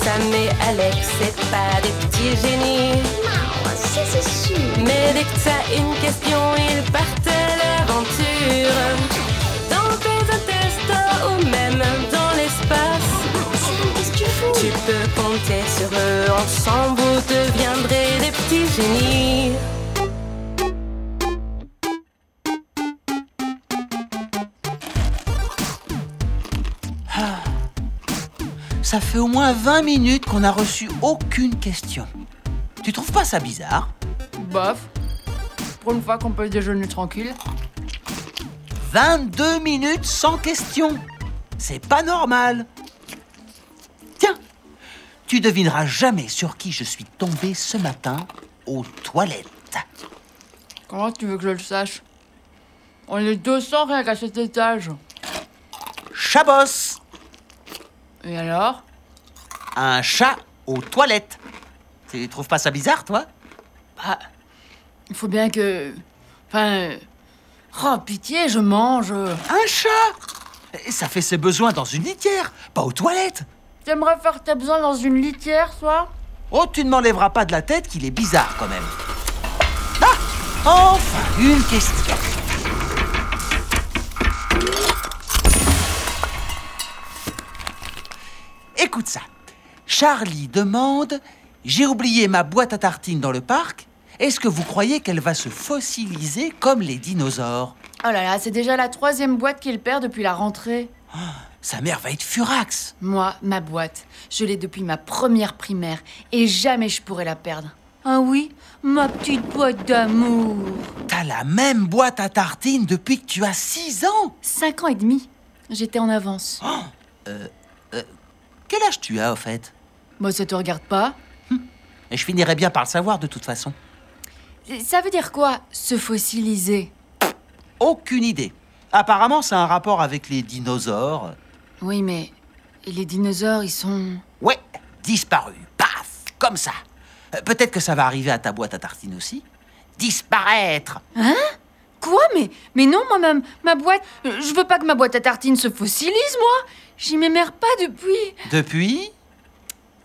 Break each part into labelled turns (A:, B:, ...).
A: Sam et Alex, c'est pas des petits génies.
B: Non, ça c'est sûr.
A: Mais dès que t'as une question, ils partent à l'aventure. Dans tes intestins ou même dans l'espace,
B: Qu'est-ce que tu fous
A: tu peux compter sur eux. Ensemble, vous deviendrez des petits génies.
C: Ça fait au moins 20 minutes qu'on n'a reçu aucune question. Tu trouves pas ça bizarre
D: Bof. Pour une fois qu'on peut déjeuner tranquille.
C: 22 minutes sans question C'est pas normal Tiens Tu devineras jamais sur qui je suis tombé ce matin aux toilettes.
D: Comment tu veux que je le sache On est 200 rien qu'à cet étage.
C: Chabos
D: Et alors
C: Un chat aux toilettes. Tu trouves pas ça bizarre, toi
D: Bah. Il faut bien que. Enfin. Oh, pitié, je mange.
C: Un chat Et Ça fait ses besoins dans une litière, pas aux toilettes
D: T'aimerais faire tes besoins dans une litière, toi
C: Oh, tu ne m'enlèveras pas de la tête qu'il est bizarre quand même. Ah Enfin, une question. Écoute ça. Charlie demande J'ai oublié ma boîte à tartines dans le parc. Est-ce que vous croyez qu'elle va se fossiliser comme les dinosaures
D: Oh là là, c'est déjà la troisième boîte qu'il perd depuis la rentrée.
C: Sa mère va être furax.
D: Moi, ma boîte, je l'ai depuis ma première primaire et jamais je pourrais la perdre. Ah oui, ma petite boîte d'amour.
C: T'as la même boîte à tartines depuis que tu as 6 ans.
D: Cinq ans et demi, j'étais en avance.
C: Quel âge tu as, au fait
D: Moi, ça te regarde pas
C: Et je finirai bien par le savoir de toute façon.
D: Ça veut dire quoi, se fossiliser
C: Aucune idée. Apparemment, ça a un rapport avec les dinosaures.
D: Oui, mais les dinosaures, ils sont...
C: Ouais, disparu. Paf Comme ça. Euh, Peut-être que ça va arriver à ta boîte à tartines aussi. Disparaître
D: Quoi Mais, mais non, moi, ma, ma boîte... euh, Je veux pas que ma boîte à tartines se fossilise, moi J'y m'émère pas depuis...
C: Depuis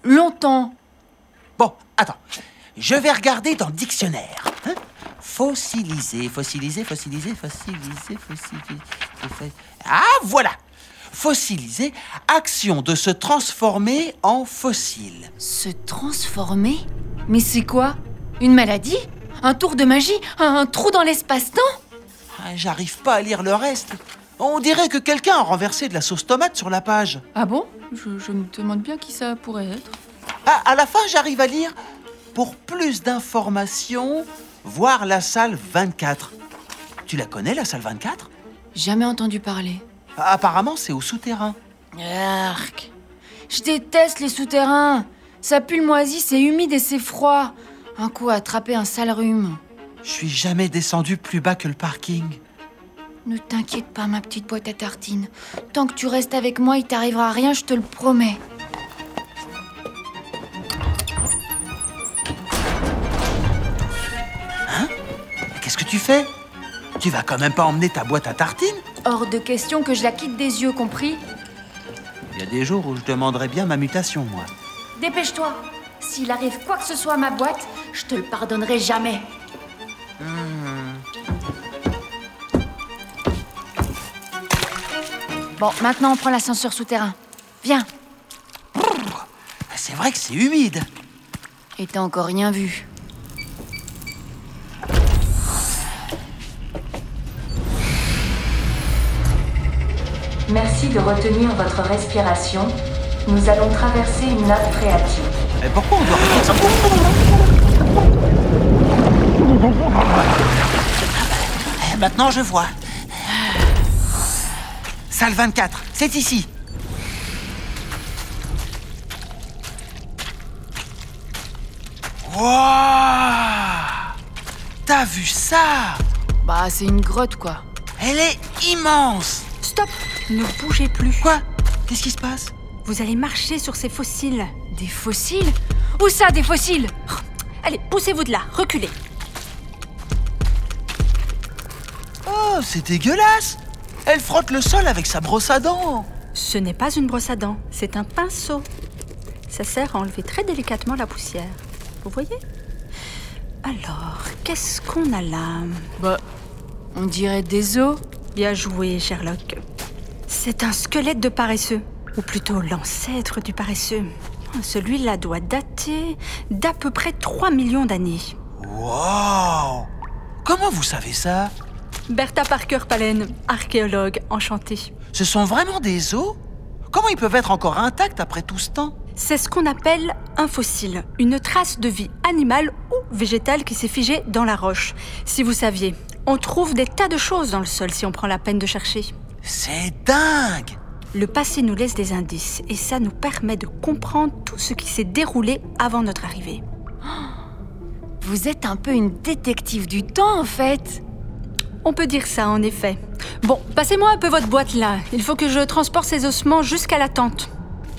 D: longtemps.
C: Bon, attends. Je vais regarder dans le dictionnaire. Hein fossiliser, fossiliser, fossiliser, fossiliser, fossiliser. fo- Ah, voilà Fossiliser, action de se transformer en fossile.
D: Se transformer Mais c'est quoi Une maladie Un tour de magie Un, un trou dans l'espace-temps
C: Ah, J'arrive pas à lire le reste. On dirait que quelqu'un a renversé de la sauce tomate sur la page.
D: Ah bon je, je me demande bien qui ça pourrait être.
C: Ah, à la fin, j'arrive à lire. Pour plus d'informations, voir la salle 24. Tu la connais, la salle 24
D: Jamais entendu parler.
C: Apparemment, c'est au souterrain.
D: Arc Je déteste les souterrains Ça pue le moisi, c'est humide et c'est froid. Un coup à attraper un sale rhume.
C: Je suis jamais descendu plus bas que le parking.
D: Ne t'inquiète pas, ma petite boîte à tartines. Tant que tu restes avec moi, il t'arrivera rien, je te le promets.
C: Qu'est-ce que tu fais Tu vas quand même pas emmener ta boîte à tartines
D: Hors de question que je la quitte des yeux, compris
C: Il y a des jours où je demanderais bien ma mutation, moi.
D: Dépêche-toi S'il arrive quoi que ce soit à ma boîte, je te le pardonnerai jamais. Bon, maintenant on prend l'ascenseur souterrain. Viens
C: Ah, C'est vrai que c'est humide.
D: Et t'as encore rien vu.
E: Merci de retenir votre respiration. Nous allons traverser une nappe phréatique.
C: Mais Eh, pourquoi on doit faire ça Eh, Maintenant, je vois. Salle 24, c'est ici. Wouah T'as vu ça
D: Bah, c'est une grotte, quoi.
C: Elle est immense
F: Stop Ne bougez plus.
C: Quoi Qu'est-ce qui se passe
F: Vous allez marcher sur ces fossiles.
D: Des fossiles Où ça, des fossiles
F: Allez, poussez-vous de là, reculez.
C: Oh, c'est dégueulasse Elle frotte le sol avec sa brosse à dents
F: Ce n'est pas une brosse à dents, c'est un pinceau. Ça sert à enlever très délicatement la poussière. Vous voyez Alors, qu'est-ce qu'on a là
D: Bah, on dirait des os.
F: Bien joué, Sherlock. C'est un squelette de paresseux, ou plutôt l'ancêtre du paresseux. Ah, Celui-là doit dater d'à peu près 3 millions d'années.
C: Wow Comment vous savez ça
F: Bertha Parker Palen, archéologue enchantée.
C: Ce sont vraiment des os Comment ils peuvent être encore intacts après tout ce temps
F: C'est ce qu'on appelle un fossile, une trace de vie animale ou végétale qui s'est figée dans la roche. Si vous saviez, on trouve des tas de choses dans le sol si on prend la peine de chercher.
C: C'est dingue
F: Le passé nous laisse des indices et ça nous permet de comprendre tout ce qui s'est déroulé avant notre arrivée.
D: Vous êtes un peu une détective du temps, en fait.
F: On peut dire ça en effet. Bon, passez-moi un peu votre boîte là. Il faut que je transporte ces ossements jusqu'à la tente.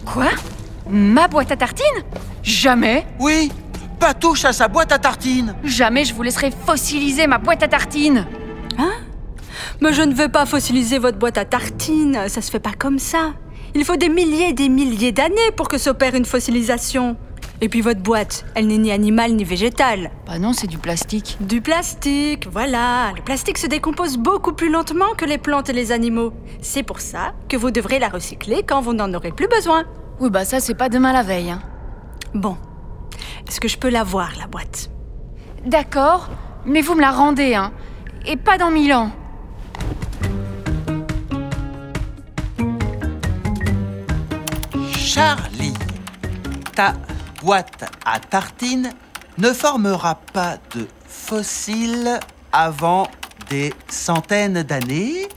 D: Quoi Ma boîte à tartines Jamais
C: Oui Pas touche à sa boîte à tartines
D: Jamais je vous laisserai fossiliser ma boîte à tartines
F: Mais je ne veux pas fossiliser votre boîte à tartines, ça se fait pas comme ça. Il faut des milliers et des milliers d'années pour que s'opère une fossilisation. Et puis votre boîte, elle n'est ni animale ni végétale.
D: Bah non, c'est du plastique.
F: Du plastique, voilà. Le plastique se décompose beaucoup plus lentement que les plantes et les animaux. C'est pour ça que vous devrez la recycler quand vous n'en aurez plus besoin.
D: Oui, bah ça, c'est pas demain la veille. hein.
F: Bon. Est-ce que je peux la voir, la boîte
D: D'accord, mais vous me la rendez, hein. Et pas dans mille ans.
C: Charlie, ta boîte à tartines ne formera pas de fossiles avant des centaines d'années,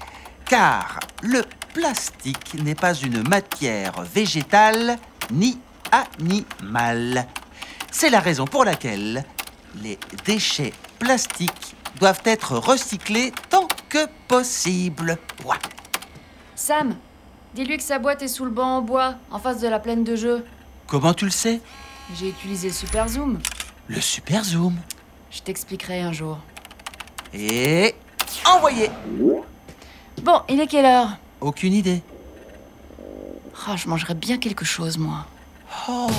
C: car le plastique n'est pas une matière végétale ni animale. C'est la raison pour laquelle les déchets plastiques doivent être recyclés tant que possible. Ouah.
D: Sam, dis-lui que sa boîte est sous le banc en bois, en face de la plaine de jeu.
C: Comment tu le sais
D: J'ai utilisé Super Zoom.
C: Le super zoom.
D: Je t'expliquerai un jour.
C: Et envoyé
D: Bon, il est quelle heure
C: Aucune idée.
D: Ah, Je mangerais bien quelque chose, moi.
C: Oh